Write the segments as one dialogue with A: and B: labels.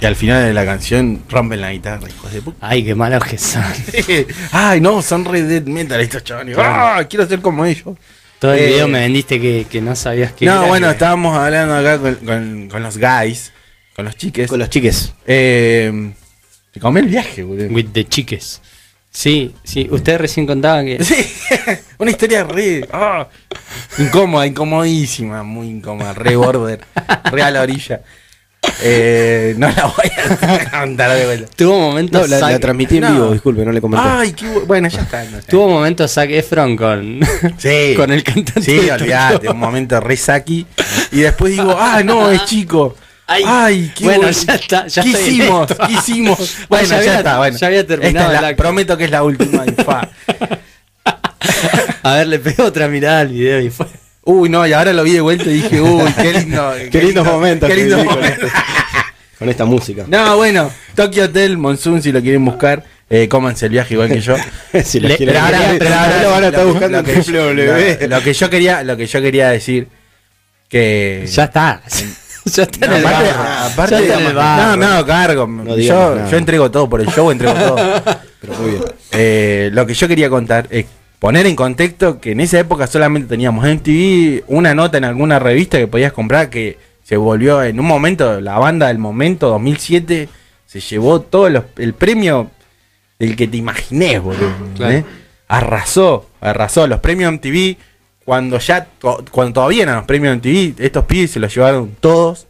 A: Y al final de la canción rompen la guitarra, hijos de puta.
B: Ay, qué malos que son.
A: Ay, no, son red dead metal estos chavales. Ah, quiero ser como ellos.
B: Todo el
A: Eh,
B: video me vendiste que, que no sabías que
A: no,
B: era,
A: bueno,
B: que-
A: estábamos hablando acá con, con- con los guys, con los chiques.
C: Con los chiques.
A: Eh, te comí el viaje, boludo.
B: With the chiques. Sí, sí. Ustedes recién contaban que...
A: Sí, una historia re. ah, incómoda, incomodísima, muy incómoda, re border, re a la orilla. Eh, no la voy a contar de vuelta.
B: Tuvo momentos...
C: No, la, la
B: Zac-
C: transmití en
A: No. Ah.
C: vivo, disculpe, no le comenté.
A: Ay, qué bu- bueno, ya está. no está.
B: Tuvo momentos Zac Efron con...
A: Sí.
B: con el cantante
A: Sí,
B: de
A: olvidate,
B: Toto.
A: un momento re saki. Y después digo, ah, no, es chico. Ay,
B: Ay.
A: qué
B: Bueno,
A: bu-
B: ya está, ya
A: ¿Qué
B: estoy en
A: hicimos?
B: esto.
A: ¿Qué hicimos?
B: Bueno,
A: Bueno,
B: ya
A: ya,
B: había-
A: está, bueno.
B: ya había terminado
A: Esta es
B: el
A: la-
B: acto.
A: prometo que es la última. y fa.
B: A ver, le pegó otra mirada al video y fue...
A: Uy, no, y ahora lo vi de vuelta y dije, uy, qué lindo.
C: qué lindos momentos.
A: Qué
C: que
A: lindo
C: viví con,
A: momento.
C: este- con esta música.
A: No, bueno, Tokyo Hotel, Monsoon, si lo quieren buscar, eh, cómanse el viaje igual que yo.
C: si les
B: Le-
C: quieren-
B: pero ahora-
C: no
B: pero ahora-
C: lo van a estar
A: lo- lo
C: buscando en E.
A: que-
C: www.
A: Lo, lo que yo quería, lo que yo quería decir que
B: Ya está. ya está
A: No,
B: en el
A: aparte,
B: barro.
A: aparte
B: ya está en
A: digamos,
B: el barro.
A: no, me hago cargo.
C: digamos
A: yo,
C: nada.
A: yo entrego todo por el show, entrego todo. Pero muy bien. Eh, lo que yo quería contar es poner en contexto que en esa época solamente teníamos MTV, una nota en alguna revista que podías comprar que se volvió en un momento, la banda del momento, 2007, se llevó todo los- el premio del que te imaginés, boludo.
B: Claro.
A: ¿eh? Arrasó, arrasó. Los premios MTV, cuando ya, to- cuando todavía eran los premios MTV, estos pibes se los llevaron todos.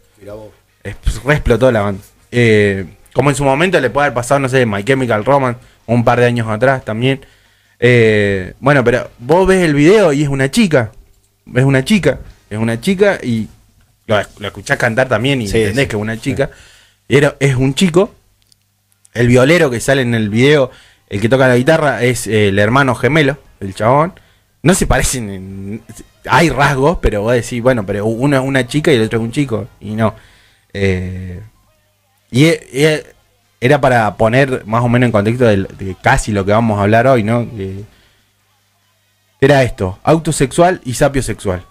A: Es- re explotó la banda. Eh, como en su momento le puede haber pasado, no sé, My Chemical Romance, un par de años atrás también. Eh, bueno, pero vos ves el video y es una chica. Es una chica. Es una chica y lo, lo escuchás cantar también y
C: Sí,
A: entendés
C: sí.
A: que es una chica. Y era- es un chico. El violero que sale en el video, el que toca la guitarra, es eh, el hermano gemelo, el chabón. No se parecen. en- hay rasgos, pero vos decís, bueno, pero uno es una chica y el otro es un chico. Y no. Eh, y e- e- era para poner más o menos en contexto del- de casi lo que vamos a hablar hoy, ¿no? Que era esto: autosexual y sapiosexual.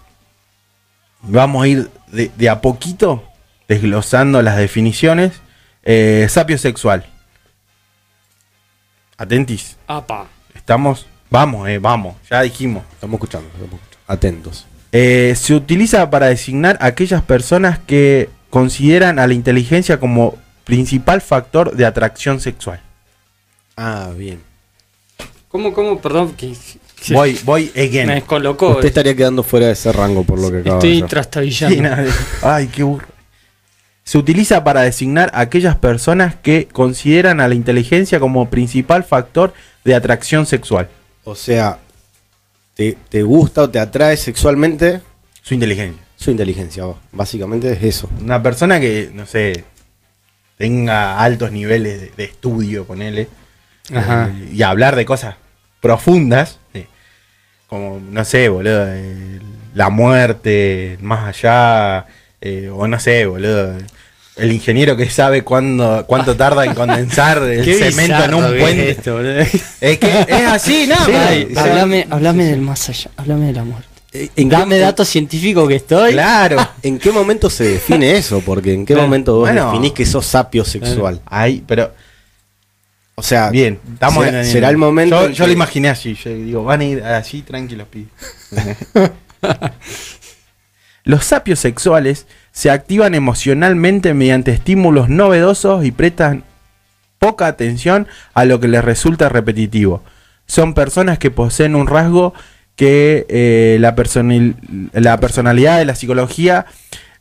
A: Vamos a ir de, de a poquito desglosando las definiciones. Eh, sapiosexual. Atentis.
B: Apa.
A: Estamos. Vamos, eh, vamos. Ya dijimos.
C: Estamos escuchando, estamos escuchando. Atentos.
A: Eh, se utiliza para designar a aquellas personas que consideran a la inteligencia como principal factor de atracción sexual.
C: Ah, bien.
B: ¿Cómo, cómo? Perdón, que... que
A: Voy, voy
B: Me
A: again.
B: descolocó.
C: Usted
B: eh.
C: estaría quedando fuera de ese rango por lo que acaba de
B: Estoy
C: hacer.
B: trastabillando.
A: Sí, nada, Ay, qué burro. Se utiliza para designar a aquellas personas que consideran a la inteligencia como principal factor de atracción sexual.
C: O sea, te, te gusta o te atrae sexualmente
A: Su inteligencia.
C: su inteligencia, vos. Básicamente es eso.
A: Una persona que, no sé, tenga altos niveles de, de estudio, ponele.
B: Ajá.
A: Eh, y hablar de cosas profundas, eh, como, no sé, boludo, eh, la muerte, más allá, eh, o no sé, boludo. El ingeniero que sabe cuándo, cuánto tarda en condensar el
B: Qué
A: cemento en
B: bizarro que
A: un
B: es
A: puente.
B: esto, boludo. Ah,
A: Es que es así, nada
B: Sí,
A: más.
B: ay, hablame, hablame del más allá, hablame del amor.
C: Eh, ¿En
B: Dame
C: qué,
B: datos científicos que estoy.
A: Claro.
C: ¿En qué momento se define eso? Porque en qué
B: Claro.
C: momento vos
A: Bueno.
C: definís que sos sapio sexual.
A: Ay, pero
C: O sea,
A: bien, estamos
C: será,
A: en, en-
C: será el momento.
A: Yo,
C: en
A: yo
C: que-
A: lo imaginé así, yo digo, van a ir así tranquilos, pibes. Los sapios sexuales se activan emocionalmente mediante estímulos novedosos y prestan poca atención a lo que les resulta repetitivo. Son personas que poseen un rasgo que eh, la, personil- la personalidad de la psicología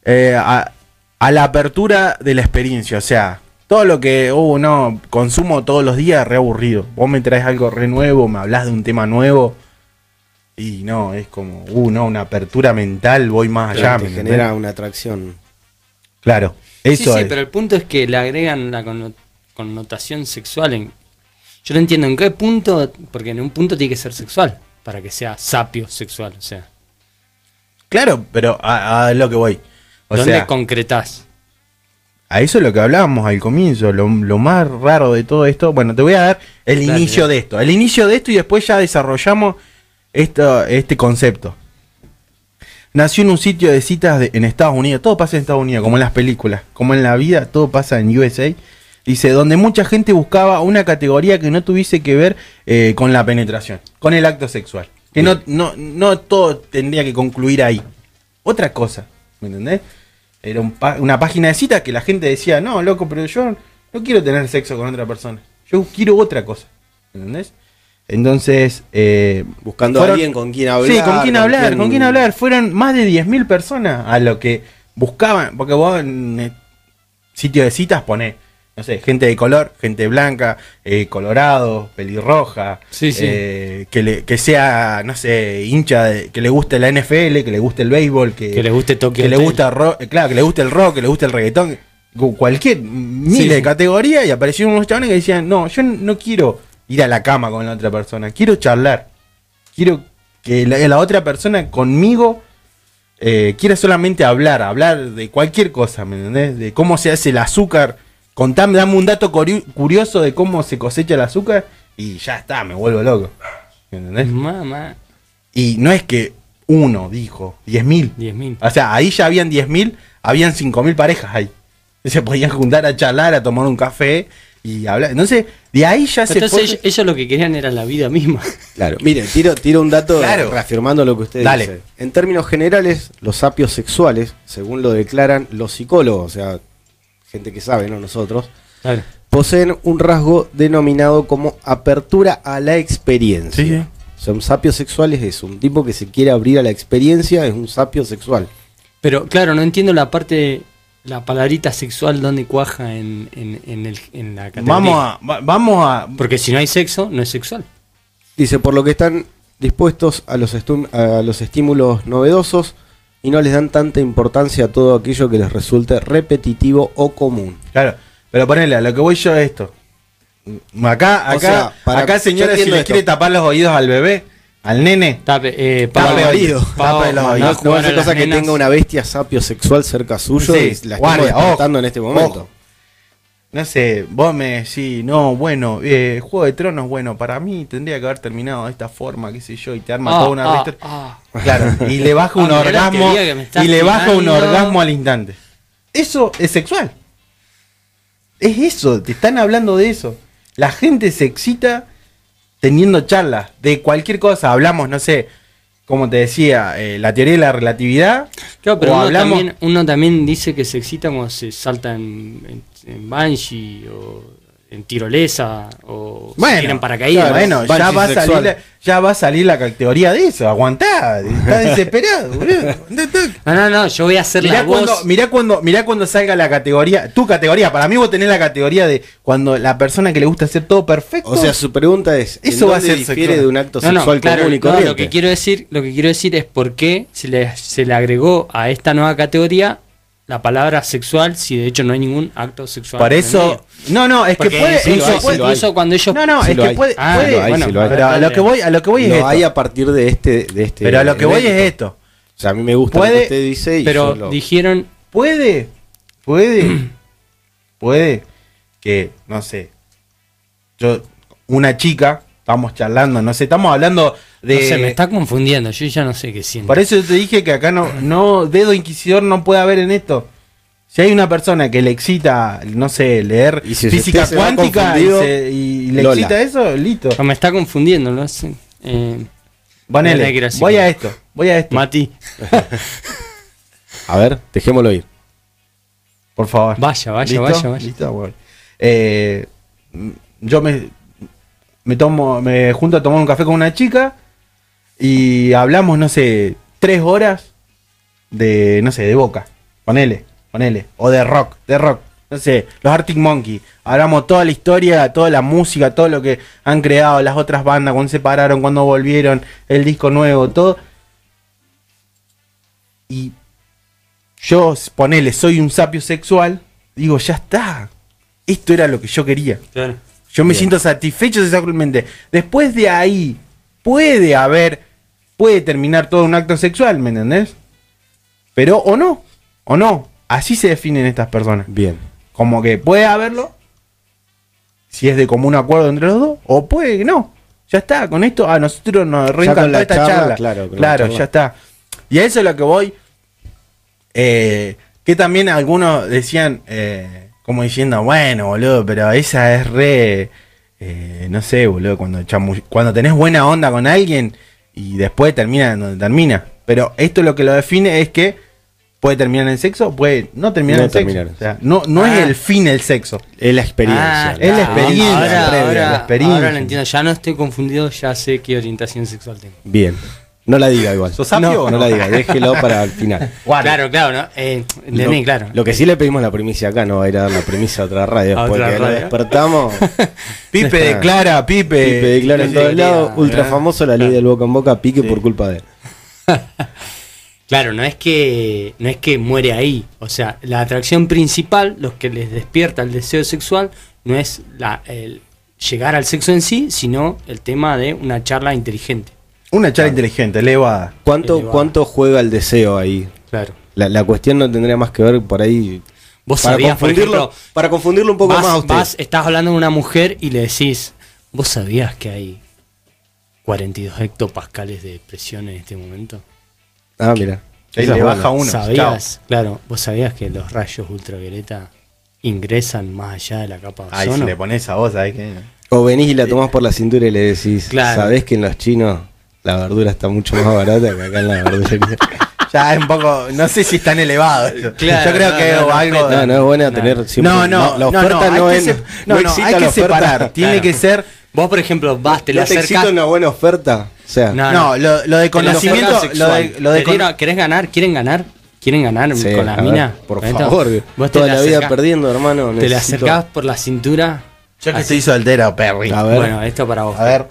A: eh, a, a la apertura de la experiencia. O sea, todo lo que oh, no, consumo todos los días es re aburrido. Vos me traes algo re nuevo, me hablas de un tema nuevo. Y no, es como, uh, no, una apertura mental, voy más allá.
C: te
A: ¿me
C: genera
A: entendés?
C: una atracción.
A: Claro,
B: Sí,
A: eso
B: sí,
A: es.
B: pero el punto es que le agregan la conno- connotación sexual. En, yo no entiendo en qué punto, porque en un punto tiene que ser sexual, para que sea sapio sexual. O sea,
A: Claro, pero a, a lo que voy. O
B: ¿dónde
A: sea,
B: concretás?
A: A eso es lo que hablábamos al comienzo, lo, lo más raro de todo esto. Bueno, te voy a dar el
B: Dale,
A: inicio de esto. El inicio de esto y después ya desarrollamos esto, este concepto. Nació en un sitio de citas de- en Estados Unidos. Todo pasa en Estados Unidos, como en las películas. Como en la vida, todo pasa en USA. Dice, donde mucha gente buscaba una categoría que no tuviese que ver eh, con la penetración, con el acto sexual. Que no, no, no todo tendría que concluir ahí. Otra cosa, ¿me entendés? Era un pa- una página de citas que la gente decía, no, loco, pero yo no quiero tener sexo con otra persona. Yo quiero otra cosa, ¿me entendés? Entonces, eh,
C: Buscando
A: Fueron-
C: a alguien con quien hablar.
A: Sí, con quién hablar, con quién hablar. Fueron más de 10.000 personas a lo que buscaban, porque vos en el sitio de citas ponés, no sé, gente de color, gente blanca, eh, colorado, pelirroja,
B: Sí, sí.
A: eh, que, le- que sea, no sé, hincha, de- que le guste la NFL, que le guste el béisbol, que,
B: Que le guste Tokio
A: que le
B: Hotel.
A: gusta ro- eh, claro, que le guste el rock, que le guste el reggaetón, cu- cualquier miles
B: Sí, sí.
A: de categorías y aparecieron unos chavales que decían, "No, yo no quiero ir a la cama con la otra persona, quiero charlar. Quiero que la, la otra persona conmigo eh, quiera solamente hablar, hablar de cualquier cosa, ¿me entendés? De cómo se hace el azúcar. Contame, dame un dato cori- curioso de cómo se cosecha el azúcar y ya está, me vuelvo loco. ¿Me entendés?
B: Mamá,
A: Y no es que uno dijo, 10.000.
B: 10.000.
A: O sea, ahí ya habían 10.000, habían 5.000 parejas ahí. Se podían juntar a charlar, a tomar un café y hablar. Entonces, de ahí ya se
B: Entonces
A: fue...
B: ellos, ellos lo que querían era la vida misma.
C: Claro. Mire, tiro, tiro un dato
A: Claro.
C: reafirmando lo que usted
A: Dale.
C: dice. En términos generales, los sapios sexuales, según lo declaran los psicólogos, o sea, gente que sabe, no nosotros,
B: Claro.
C: poseen un rasgo denominado como apertura a la experiencia.
A: Sí, sí.
C: O sea, un sapio sexual es eso, un tipo que se quiere abrir a la experiencia es un sapio sexual.
B: Pero claro, no entiendo la parte, la palabrita sexual donde cuaja en, en, en el, en la categoría.
A: Vamos a, va- vamos a...
B: Porque si no hay sexo, no es sexual.
C: Dice, por lo que están dispuestos a los, estu- a los estímulos novedosos y no les dan tanta importancia a todo aquello que les resulte repetitivo o común.
A: Claro, pero ponele, a lo que voy yo es esto. Acá, acá,
C: O sea, para-
A: acá señora,
C: yo
A: si
C: entiendo
A: le
C: esto.
A: quiere tapar los oídos al bebé, al nene,
B: Tape, eh,
A: Tape
B: Pablo,
A: el oído,
B: Pablo,
A: tape el
B: mandá
A: oído.
B: a
C: No, no
B: jugar
C: va a ser
B: a las
C: cosa que
B: nenas.
C: tenga una bestia sapio sexual cerca suyo
A: Sí,
C: y la
A: guardia,
C: estamos despertando
A: ojo,
C: en este momento.
A: ojo. no sé, vos me decís, no, bueno, eh, Juego de Tronos, bueno, para mí tendría que haber terminado de esta forma, qué sé yo, y te arma
B: Ah,
A: toda una...
B: ah,
A: resta-
B: ah.
A: Claro, y le baja
B: Ah,
A: un
B: mirá la
A: orgasmo
B: teoría que me estás
A: y le baja un
B: tirando.
A: orgasmo al instante. Eso es sexual. Es eso, te están hablando de eso. La gente se excita teniendo charlas de cualquier cosa. Hablamos, no sé, como te decía, eh, la teoría de la relatividad.
B: Claro, pero
A: o
B: uno,
A: hablamos,
B: también, uno también dice que se excita cuando se salta en, en, en Banshee o en tirolesa o se tira en
A: Bueno,
B: paracaídas.
A: claro, bueno, ya
C: Banshee
A: va, a salir
C: sexual.
A: la, ya va a salir la categoría de eso. Aguantá, estás desesperado, boludo.
B: No, no, no, yo voy a hacer
A: Mirá
B: la voz.
A: cuando, mirá, cuando, mirá cuando salga la categoría, tu categoría, para mí vos tenés la categoría de cuando la persona que le gusta hacer todo perfecto.
C: O sea, su pregunta es, ¿en
A: Eso va a
C: dónde
A: ser
C: difiere
A: sexual.
C: de un acto
B: No, no,
C: sexual
B: claro,
C: común y
B: no,
C: corriente?
B: lo que quiero decir, lo que quiero decir es por qué se le, se le agregó a esta nueva categoría la palabra sexual si de hecho no hay ningún acto sexual.
A: por eso. No, no, es que
B: Porque
A: puede.
B: sí lo
A: eso puede-
B: hay, sí lo hay. incluso cuando ellos-
A: No, no,
C: Sí
A: es
C: lo
A: que
C: hay.
A: puede.
B: Ah,
A: puede-
B: lo hay, sí lo hay.
A: Pero a lo que voy, a lo que voy es
C: Lo
A: esto.
C: hay a partir de este, de este
A: pero a lo que voy es
C: evento.
A: esto.
C: O sea, a mí me gusta lo
A: Puede,
C: que usted dice y
B: Pero
C: yo lo-
B: dijeron,
A: Puede, puede, puede que, no sé, yo, una chica, estamos charlando, no sé, estamos hablando de.
B: no sé, me está confundiendo, yo ya no sé qué siento.
A: Por eso yo te dije que acá no, no dedo inquisidor no puede haber en esto. Si hay una persona que le excita, no sé, leer
C: Y si
A: física
C: usted se va
A: cuántica y,
C: confundido,
A: se- y le
C: Lola.
A: excita eso, listo.
B: No, me está confundiendo, no sé. Eh,
A: Ponele,
B: Mira que era así,
A: voy a
B: ¿no?
A: esto, voy a esto,
B: Mati,
C: A ver, dejémoslo ir.
A: por favor.
B: Vaya, vaya,
A: ¿Listo?
B: vaya, vaya.
A: ¿Listo? Bueno. Eh, mm, yo me, me tomo, me junto a tomar un café con una chica y hablamos, no sé, tres horas de, no sé, de boca. Ponele, ponele. O de rock, de rock. No sé, los Arctic Monkey. Hablamos toda la historia, toda la música, todo lo que han creado las otras bandas, cuando se pararon, cuando volvieron, el disco nuevo, todo. Y yo, ponele, soy un sapio sexual. Digo, ya está. Esto era lo que yo quería. Yo me
C: Bien.
A: siento satisfecho sexualmente. Después de ahí, puede haber, puede terminar todo un acto sexual, ¿me entendés? Pero o no, o no. Así se definen estas personas.
C: Bien.
A: Como que puede haberlo, si es de común acuerdo entre los dos, o puede que no. Ya está, con esto a nosotros nos reencantó
C: con la
A: esta charla.
C: charla, claro, con la
A: claro
C: charla.
A: ya está. Y a eso es lo que voy. eh, que también algunos decían, eh, como diciendo, bueno, boludo, pero esa es re. eh, no sé, boludo, cuando, chamu- cuando tenés buena onda con alguien y después termina en donde termina. Pero esto lo que lo define es que puede terminar en sexo, puede no terminar
C: No
A: en sexo.
C: terminar en
A: O sea, no no
B: Ah.
A: es el fin el sexo.
C: Es la experiencia.
B: Ah,
A: es la
B: claro.
A: experiencia
B: Ahora,
A: previa,
B: ahora-
A: la experiencia.
B: ahora lo entiendo, ya no estoy confundido, ya sé qué orientación sexual tengo.
C: Bien. No la diga igual.
A: ¿Sos sapio
C: no,
A: o
C: no?
A: no?
C: la diga, déjelo para el final.
B: Claro, claro, ¿no? Eh, de
C: Lo-
B: mí, claro.
C: Lo que sí le pedimos la primicia acá, no va a ir a dar la primicia a otra radio
B: A
C: después
B: otra
C: que lo
B: radio.
C: despertamos.
A: Pipe
C: está.
A: declara, Pipe.
C: Pipe declara en
B: sí,
C: todos
B: sí,
C: lados,
B: quería,
C: ultra
B: ¿verdad?
C: famoso la ley del boca en boca, pique por culpa de él.
B: Claro, no es que no es que muere ahí, o sea, la atracción principal, lo que les despierta el deseo sexual, no es la, el llegar al sexo en sí, sino el tema de una charla inteligente.
A: Una charla inteligente, elevada.
C: ¿Cuánto,
B: Elevado.
C: ¿Cuánto juega el deseo ahí?
B: Claro.
C: La, la cuestión no tendría más que ver por ahí.
B: Vos
C: para,
B: sabías, por
C: confundirlo,
B: ejemplo,
C: para confundirlo un poco
B: vas,
C: más a usted.
B: vas- estás hablando de una mujer y le decís, ¿vos sabías que hay 42 hectopascales de presión en este momento?
C: Ah, mira.
A: Ahí
C: Esa
A: le
C: es buena.
A: baja uno.
B: ¿Sabías? Claro, vos sabías que los rayos ultravioleta ingresan más allá de la capa de
A: Ahí
B: ozono.
A: si le pones esa voz, ¿sabes qué?
C: O venís y la tomás por la cintura y le decís,
B: Claro.
C: ¿sabés que en los chinos la verdura está mucho más barata que acá en la verdulería?
A: Ya es un poco. No sé si es tan elevado. eso.
B: Claro,
A: Yo creo
B: no,
A: que
B: no, no,
A: algo.
C: No, no, es buena
B: No.
C: tener siempre.
A: no, no,
C: la
A: no,
C: oferta no,
A: no, hay
C: es.
A: que, se- no, no,
C: excita
A: hay
C: la
A: que
C: oferta.
A: separar. Tiene
B: Claro.
A: que ser.
B: Vos, por ejemplo, vas, te le
C: ¿No te
B: acercas.
C: excita una buena oferta? O sea,
B: No,
A: No, lo, lo de conocimiento. Lo de, lo de
B: Te
A: con-
B: dieron- ¿Querés ganar? ¿Quieren ganar? ¿Quieren ganar
C: sí,
B: con las
C: a ver,
B: minas?
C: Por
B: Entonces,
C: favor,
B: vos te
C: toda
B: le
C: la vida
B: acercás-
C: perdiendo, hermano.
B: Te le
C: necesito-
B: acercás por la cintura.
A: Yo que
B: así.
A: Ah, estoy soltero, Perry.
C: A ver.
B: Bueno, esto para vos.
A: A ver.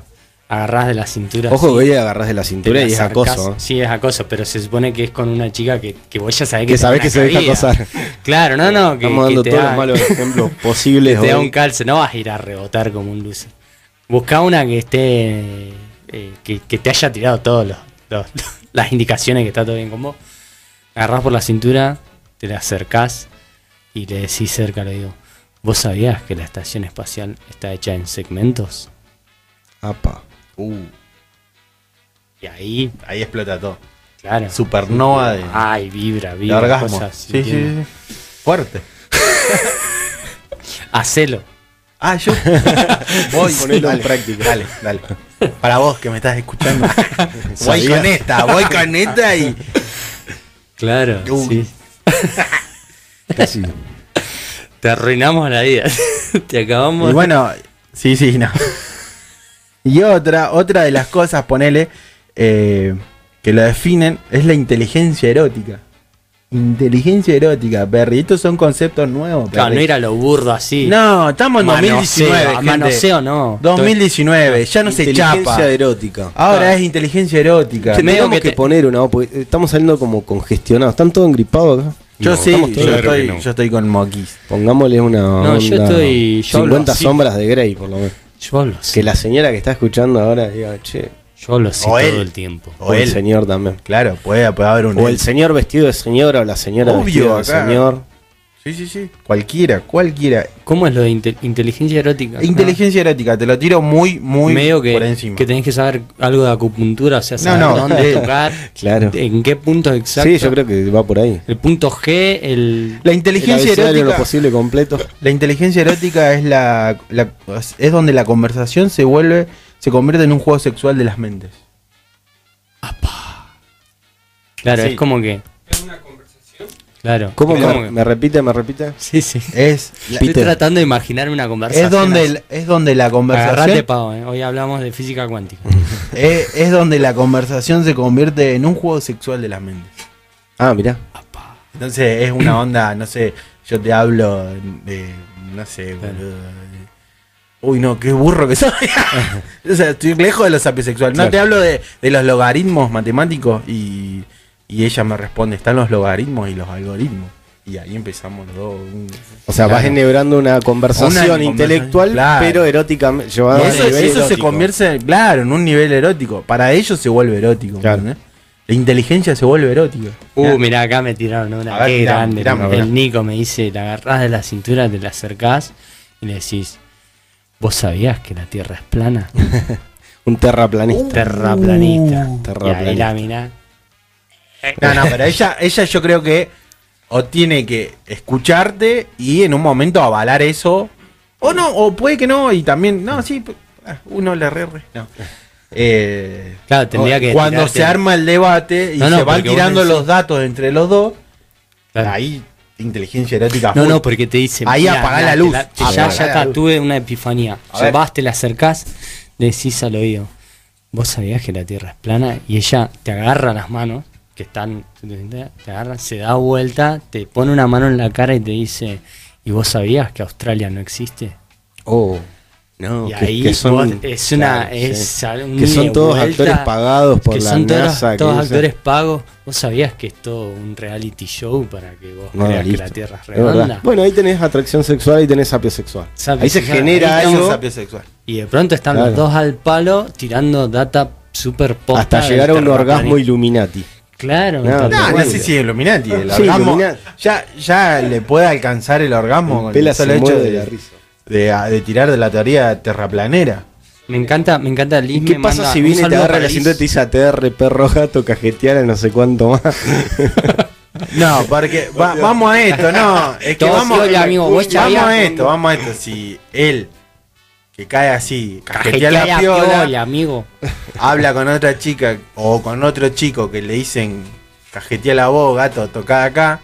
B: Agarrás de la cintura.
C: Ojo
B: así,
C: que hoy agarrás de la
B: te
C: cintura
B: la
C: y es
B: acercás.
C: acoso. ¿eh?
B: Sí, es acoso, pero se supone que es con una chica que, que vos ya sabés que
C: Que
B: te
C: sabés
B: da
C: que
B: una
C: se deja
B: caída.
C: acosar.
B: Claro, no, no. Que,
C: Estamos
B: que
C: dando
B: te
C: todos
B: da-
C: los malos ejemplos
B: que
C: posibles.
B: te da
C: hoy.
B: un calce. No vas a ir a rebotar como un luce. Busca una que esté. eh, que, que te haya tirado todas las indicaciones que está todo bien con vos. Agarrás por la cintura, te la acercás y le decís cerca, le digo. ¿Vos sabías que la estación espacial está hecha en segmentos?
C: Apa.
A: Uh,
B: Y ahí,
A: ahí explota todo.
B: claro.
A: Supernova de,
B: Ay, vibra,
A: de
B: vibra.
A: orgasmo.
B: Ah, cosas,
A: sí, sí,
B: ¿entiendes?
A: sí. Fuerte.
B: Hacelo.
A: Ah, yo. Voy.
C: Ponelo en
A: Dale,
C: práctica.
A: Dale, dale. Para vos que me estás escuchando. voy
C: Sabía.
A: con esta, voy con esta y.
B: Claro.
A: Uh.
B: sí.
C: Casi.
B: Te arruinamos la vida. Te acabamos.
A: Y bueno, sí, sí, no. Y otra, otra de las cosas, ponele, eh, que lo definen, es la inteligencia erótica. Inteligencia erótica, Perry. Estos son conceptos nuevos,
B: Claro, no
A: Perry.
B: ir a lo burdo así.
A: No, estamos en
B: Manoseo,
A: 2019. gente.
B: manoseo no.
A: 2019, ya no se chapa.
C: Inteligencia erótica.
A: Ahora
B: Claro.
A: es inteligencia erótica.
C: Che,
B: Ah, medio
C: tenemos que,
B: que te-
C: poner una, voz, porque estamos saliendo como congestionados. ¿Están todos engripados acá?
A: Yo
C: No,
A: sí,
C: estamos
A: yo
C: todos-
D: Claro
A: estoy,
D: que no.
A: yo estoy con Moquis.
C: Pongámosle una.
B: No, yo estoy- yo hablo
C: 50
B: así.
C: sombras de Grey, por lo menos.
B: Yo hablo así.
C: Que la señora que está escuchando ahora diga, che.
B: Yo hablo así
A: O
B: todo
A: él.
B: el tiempo.
A: O
C: O, el
A: él.
C: señor también.
A: Claro, puede, puede haber un.
C: O el señor vestido de señora o la señora
A: Obvio,
C: vestida de
A: acá.
C: señor.
A: Sí, sí, sí. Cualquiera, cualquiera.
B: ¿Cómo es lo de inte- inteligencia erótica?
A: Inteligencia erótica, te lo tiro muy,
B: No,
A: muy
B: medio que,
A: por encima.
B: que tenés que saber algo de acupuntura, o sea, saber
A: no,
B: dónde
A: eh,
B: tocar,
C: Claro.
B: en qué punto exacto.
C: Sí, yo creo que va por ahí.
B: El punto G, el.
A: La
C: El
A: inteligencia
C: abecedario
A: erótica.
C: lo posible completo.
A: La inteligencia erótica es la, la- es donde la conversación se vuelve se convierte en un juego sexual de las mentes.
B: Claro,
A: Sí.
B: es como que. ¿Es una conversación? Claro.
C: ¿Cómo
B: es
C: me,
B: como que-
C: me repite, me repite?
B: Sí, sí.
A: Es la-
B: Estoy
C: Peter.
B: tratando de imaginar una conversación.
A: es donde
B: así.
A: el- es donde la
B: Agarrate,
A: conversación
B: Pavo, eh. hoy hablamos de física cuántica.
A: es, es donde la conversación se convierte en un juego sexual de las mentes.
C: Ah, mirá.
A: Entonces es una onda, no sé, yo te hablo de no sé, boludo. de- Uy, no, qué burro que soy. o sea, estoy lejos de lo sapiosexual. No
C: Claro.
A: te hablo de, de los logaritmos matemáticos y, y ella me responde, están los logaritmos y los algoritmos. Y ahí empezamos los dos. un-
C: O sea, vas
A: Claro.
C: enhebrando una conversación
A: Una
C: intelectual,
A: conversación, claro.
C: pero eróticamente
A: Y
C: llevada a
A: eso,
C: nivel
A: eso se
C: erótico.
A: convierte, claro, en un nivel erótico. Para ellos se vuelve erótico.
C: Claro.
A: ¿entendés? La inteligencia se vuelve erótica.
B: Uh, mirá, acá me tiraron una.
A: A ver,
B: Qué
A: tirame,
B: grande.
A: tirame,
B: el
A: tirame.
B: Nico me dice: la agarrás de la cintura, te la acercás y le decís: ¿Vos sabías que la tierra es plana?
A: Uh.
C: Un terraplanista.
B: Uh. Terraplanista.
A: Uh.
C: terraplanista.
B: Y ahí la mina.
A: No, no, pero ella, ella yo creo que o tiene que escucharte y en un momento avalar eso. O no, o puede que no, y también. No, sí, p- ah, uno le re, re, No. Eh,
B: Claro, tendría
A: o-
B: que
A: Cuando
B: tirarte-
A: se arma el debate y
B: No, no,
A: se van
B: porque vos
A: tirando
B: decís-
A: los datos entre los dos,
B: Claro.
A: ahí inteligencia erótica.
B: No,
A: full.
B: no, porque te dicen.
A: Ahí apagá la luz.
B: ya
A: Apagá
B: ya
A: la
B: está,
A: luz.
B: tuve una epifanía.
A: A
B: O sea,
A: ver.
B: vas, te la acercás, le decís al oído. Vos sabías que la tierra es plana y ella te agarra las manos, que están. Te agarra, se da vuelta, te pone una mano en la cara y te dice. ¿Y vos sabías que Australia no existe?
C: Oh. No,
B: Y ahí vos- es una.
C: claro,
B: es
C: sí.
B: algo- un
C: que son
B: ida y
C: todos
B: vuelta,
C: actores pagados por
B: que
C: la
B: son todos-
C: NASA. que
B: Todos,
C: usan-
B: actores pagos. ¿Vos sabías que es todo un reality show para que vos
C: No,
B: creas que
C: listo.
B: la tierra es
C: Es verdad.
B: redonda?
C: Bueno, ahí tenés atracción sexual y tenés sapio sexual.
B: Sapio
C: ahí se
B: sexual,
C: genera
B: ahí estamos
C: algo
A: Sapio sexual.
B: Y de pronto están los
C: Claro.
B: dos al palo tirando data super posta
C: hasta
B: del
C: llegar a un
B: terraplanista.
C: orgasmo Illuminati.
B: Claro,
C: No,
B: tal
C: no,
A: No,
B: cual.
A: no sé si Illuminati, el
C: Sí,
A: orgasmo.
C: Illuminati.
A: Ya, ya le puede alcanzar el orgasmo con
C: Pela
A: el solo
C: se
A: hecho
C: muere
A: de,
C: de la risa.
A: de- de tirar de la teoría terraplanera.
B: Me encanta, me encanta Liz.
C: ¿Y qué
B: me
C: pasa
B: manda
C: si
B: un
C: viene y te
B: saludo
C: agarra
B: para
C: la
B: Liz.
C: cintura y te dice ATR, perro gato, cajetear a no sé cuánto más?
A: No, porque va- vamos a esto, no. Es que
B: Todo
A: vamos,
B: sí, oye, amigo, vos
A: vamos
B: sabías
A: a
B: cuando-
A: esto, vamos a esto. Si él, que cae así, cajetea
B: Cajetea
A: la
B: la
A: piola,
B: piola, amigo.
A: habla con otra chica o con otro chico que le dicen cajetea la voz, gato, tocá acá.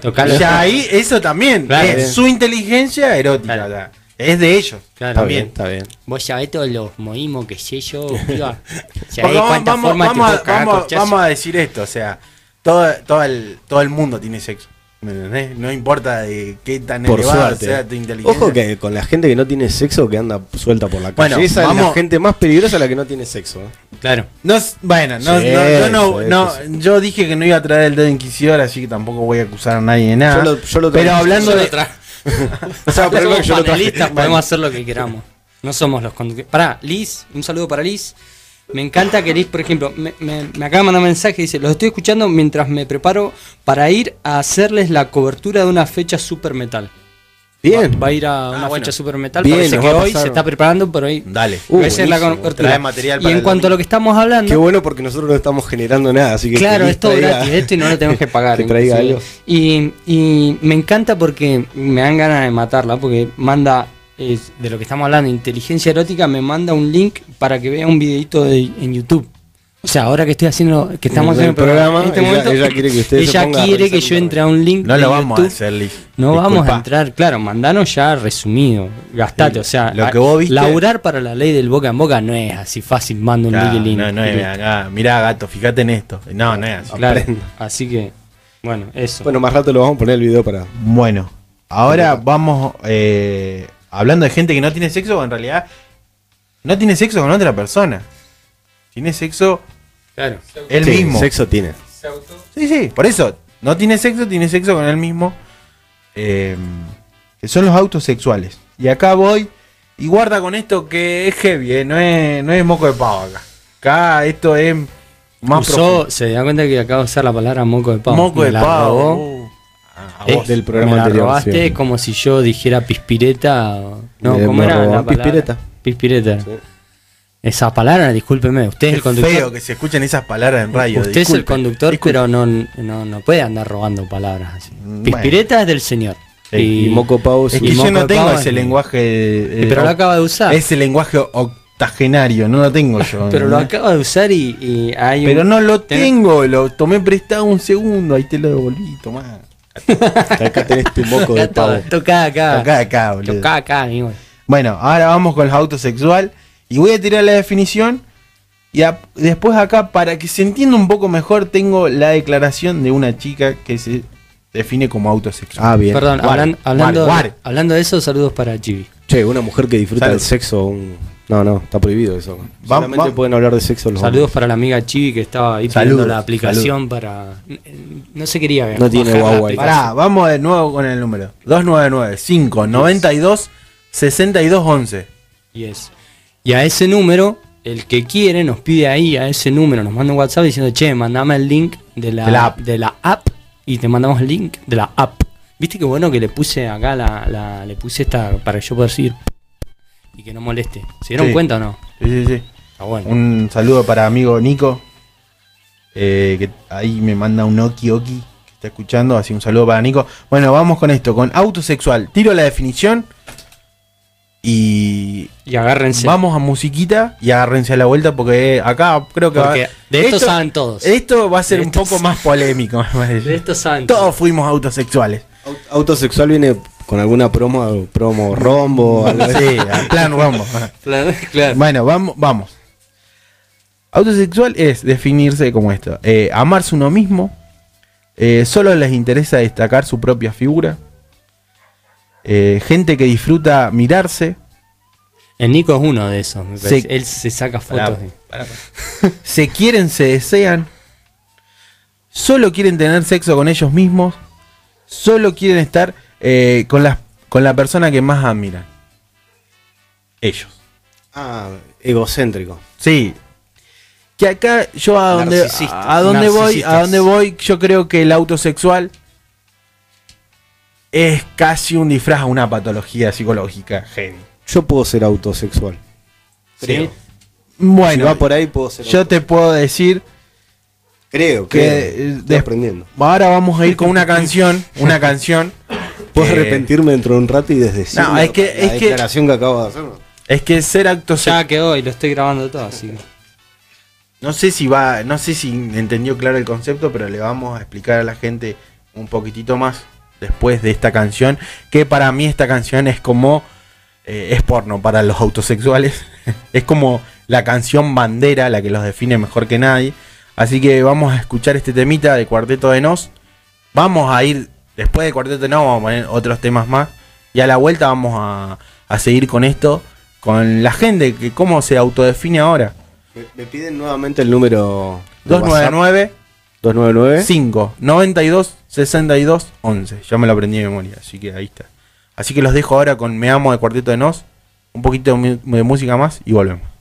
B: Tocalo.
A: Ya ahí, eso también.
B: Claro.
A: es su inteligencia erótica.
B: Claro.
A: ya. Es de ellos.
B: Claro.
C: está bien,
A: también.
C: está bien.
B: Vos ya ves todos los modismos que sé yo, piba.
A: Porque
B: Ya ves
A: vamos,
B: cuántas
A: vamos-
B: formas te
A: vamos
B: puedo
A: a-
B: cagar
A: vamos-
B: corchazo.
A: vamos a decir esto, o sea, todo, todo, el, todo el mundo tiene sexo. ¿me entendés? No importa de qué tan
C: Por
A: elevada
C: suerte.
A: sea tu inteligencia.
C: Ojo que con la gente que no tiene sexo que anda suelta por la calle.
A: Bueno,
C: Esa es la
A: vamos-
C: gente más peligrosa la que no tiene sexo. ¿eh?
B: Claro.
A: No, s- bueno, no,
C: Sí,
A: no- yo, no,
C: sí,
A: no-
C: sí,
A: yo dije que no iba a traer el dedo inquisidor, así que tampoco voy a acusar a nadie de nada.
C: Yo lo- yo lo traje.
A: pero hablando
B: Yo
A: de...
B: lo tra-
C: O sea, pero
B: Somos
C: no, yo lo traje.
B: panelistas, podemos hacer lo que queramos. No somos los conductores. Pará, Liz, un saludo para Liz. Me encanta que Liz, por ejemplo, me, me- me acaba de mandar un mensaje dice, los estoy escuchando mientras me preparo para ir a hacerles la cobertura de una fecha super metal. Va,
C: Bien.
B: va a ir a una
A: Ah, bueno.
B: fecha super metal.
C: Bien,
B: Parece
C: nos
B: que
C: va a
B: hoy
C: pasar-
B: se está preparando, pero hoy
A: Dale.
C: Uh,
B: va a ser la
C: buenísimo.
B: cobertura.
A: Trae material
B: y
A: para
B: en
A: el
B: cuanto a lo que estamos hablando,
C: Qué bueno porque nosotros no estamos generando nada, así que.
B: Claro,
C: que
B: esto es
C: traiga-
B: gratis, esto y no lo tenemos que pagar.
C: que traiga
B: inclusive.
C: algo.
B: Y, y me encanta porque me dan ganas de matarla, porque manda, eh, de lo que estamos hablando, inteligencia erótica, me manda un link para que vea un videito de- en YouTube. O sea, ahora que estoy haciendo, que estamos
C: En
B: haciendo
C: el
B: el programa,
C: programa,
B: en este
C: ella-
B: momento,
C: ella quiere que ustedes se
B: ella
C: pongan a
B: quiere que
C: revisar
B: yo entre a un link.
A: No
B: de
A: lo vamos a
B: YouTube.
A: hacer, Liz.
B: No vamos a
A: Disculpa.
B: entrar, claro, mandanos ya resumido, gastate,
A: Sí,
B: o sea,
A: lo
B: a-
A: que vos viste-
B: laburar para la ley del boca en boca no es así fácil, mando un
A: Claro,
B: link y link.
A: no, no,
B: Y-
A: es, acá, mirá, gato, fíjate en esto. No, no es así.
B: Claro,
C: Aprenda.
B: así que, bueno, eso.
C: Bueno, más rato lo vamos a poner el video para.
A: Bueno, ahora vamos eh, hablando de gente que no tiene sexo, o en realidad no tiene sexo con otra persona. Tiene sexo
B: Claro.
A: él
C: Sí,
A: mismo.
C: Sexo tiene.
A: Sí, sí, por eso. No tiene sexo, tiene sexo con él mismo. eh, que son los autos sexuales. Y acá voy. Y guarda con esto que es heavy, eh, no, es, no es moco de pavo acá. Acá esto es más
B: Usó-
A: profundo.
B: se da cuenta que acabo de usar la palabra moco de pavo.
A: Moco
B: Me
A: de
B: la
A: pavo.
B: robó.
A: uh, a- a
B: Eh,
A: vos.
C: Del programa
B: me la
C: anterior,
B: robaste
C: sí.
B: como si yo dijera pispireta. o- No,
C: Me-
B: ¿cómo
C: me
B: era
C: robó.
B: la palabra?
C: Pispireta.
B: Pispireta. Esa palabra, discúlpeme, usted es
A: Qué
B: el
A: feo
B: conductor.
A: que se escuchen esas palabras en radio.
B: usted es el
A: disculpe,
B: conductor,
A: disculpe.
B: pero no, no, no puede andar robando palabras así.
A: Bueno.
B: Pispireta es del señor.
A: Sí,
C: Y Moco Pau
A: Es
C: su-
B: Mm, y
A: que yo
B: moco
A: no
B: de
A: tengo
B: pavo
A: ese
B: es-
A: lenguaje. eh,
B: Pero lo
A: oc-
B: acaba de usar.
A: Ese lenguaje octogenario, no lo tengo yo.
B: Pero lo
A: ¿no?
B: acaba de usar y, y hay
A: Pero
B: un-
A: no lo
B: tenés-
A: tengo, lo tomé prestado un segundo, ahí te lo devolví, tomá.
C: Acá tenés tu moco de
B: Acá está,
C: pavo.
B: Tocá acá.
A: Acá, acá, boludo.
B: Tocá acá, amigo.
A: Bueno, ahora vamos con el autosexual y voy a tirar la definición. Y a- después acá, para que se entienda un poco mejor, tengo la declaración de una chica que se define como autosexual.
C: Ah, bien.
B: Perdón,
A: Guare,
B: hablan-
A: guare,
B: hablando,
A: guare.
B: hablando de eso, saludos para Chibi.
C: Che, una mujer que disfruta
A: Salud.
C: del sexo. un- No, no, está prohibido eso.
A: Va-
C: Solamente
A: va-
C: pueden hablar de sexo los
B: Saludos para la amiga Chibi que estaba ahí pidiendo
A: Saludos,
B: la aplicación para. No se quería ver.
C: No tiene
B: bajar la
C: Huawei.
B: aplicación.
A: Pará, vamos de nuevo con el número: 299 5 92 62 11.
B: Yes. Y a ese número, el que quiere nos pide ahí, a ese número, nos manda un WhatsApp diciendo, che, mandame el link de la,
A: De la app.
B: de la app y te mandamos el link de la app. Viste que bueno que le puse acá la, la- le puse esta para que yo pueda decir y que no moleste. ¿Se dieron
A: Sí.
B: cuenta o no?
A: Sí, sí, sí.
B: Está bueno.
A: Un saludo para amigo Nico. eh, que ahí me manda un Oki Oki que está escuchando, así un saludo para Nico. Bueno, vamos con esto, con autosexual. Tiro la definición y
B: Y agárrense.
A: vamos a musiquita y agárrense a la vuelta porque acá creo que
B: Porque
A: va,
B: de esto saben todos.
A: Esto va a ser
B: De
A: un
B: esto
A: poco
B: sa-
A: más polémico, me parece.
B: De esto saben
A: Todos fuimos autosexuales.
C: Aut- Autosexual viene con alguna promo, promo rombo, algo así.
A: Sí, a plan rombo.
B: Claro, claro.
A: Bueno, vamos, vamos. Autosexual es definirse como esto: eh, amarse uno mismo. eh, solo les interesa destacar su propia figura. eh, gente que disfruta mirarse.
B: El Nico es uno de esos. me
A: Sí.
B: parece. Él se saca fotos. de-
A: se quieren, se desean. Solo quieren tener sexo con ellos mismos. Solo quieren estar eh, con, las- con la persona que más admiran. Ellos.
C: Ah, egocéntrico.
A: Sí. Que acá yo a donde
B: Narcisistas.
A: a donde voy, a
B: Narcisistas.
A: donde voy, yo creo que el autosexual es casi un disfraz a una patología psicológica, heavy.
C: Yo puedo ser autosexual.
B: Sí.
C: Creo. Si
A: Bueno,
C: va por ahí puedo ser.
A: yo te puedo decir
C: creo
A: que
C: creo.
A: eh,
C: Estoy
A: des-
C: aprendiendo.
A: Ahora vamos a ir con una canción, una canción.
C: Puedo
A: que-
C: arrepentirme dentro de un rato y desdecir
A: No, es que-
C: la
A: es que-
C: declaración que acabo de hacer.
A: Es que ser autosexual
B: Ya quedó y lo estoy grabando todo, así que.
A: no sé si va, no sé si entendió claro el concepto, pero le vamos a explicar a la gente un poquitito más después de esta canción, que para mí esta canción es como eh, es porno para los autosexuales, es como la canción bandera, la que los define mejor que nadie. Así que vamos a escuchar este temita de Cuarteto de Nos. Vamos a ir después de Cuarteto de Nos, vamos a poner otros temas más y a la vuelta vamos a, a seguir con esto, con la gente que cómo se autodefine ahora.
C: Me, me piden nuevamente el número de WhatsApp.
A: 299
C: 299.
A: 5 92 62 11. Ya me lo aprendí de memoria, así que ahí está. Así que los dejo ahora con Me Amo de Cuarteto de Nos, un poquito de mu- de música más y volvemos.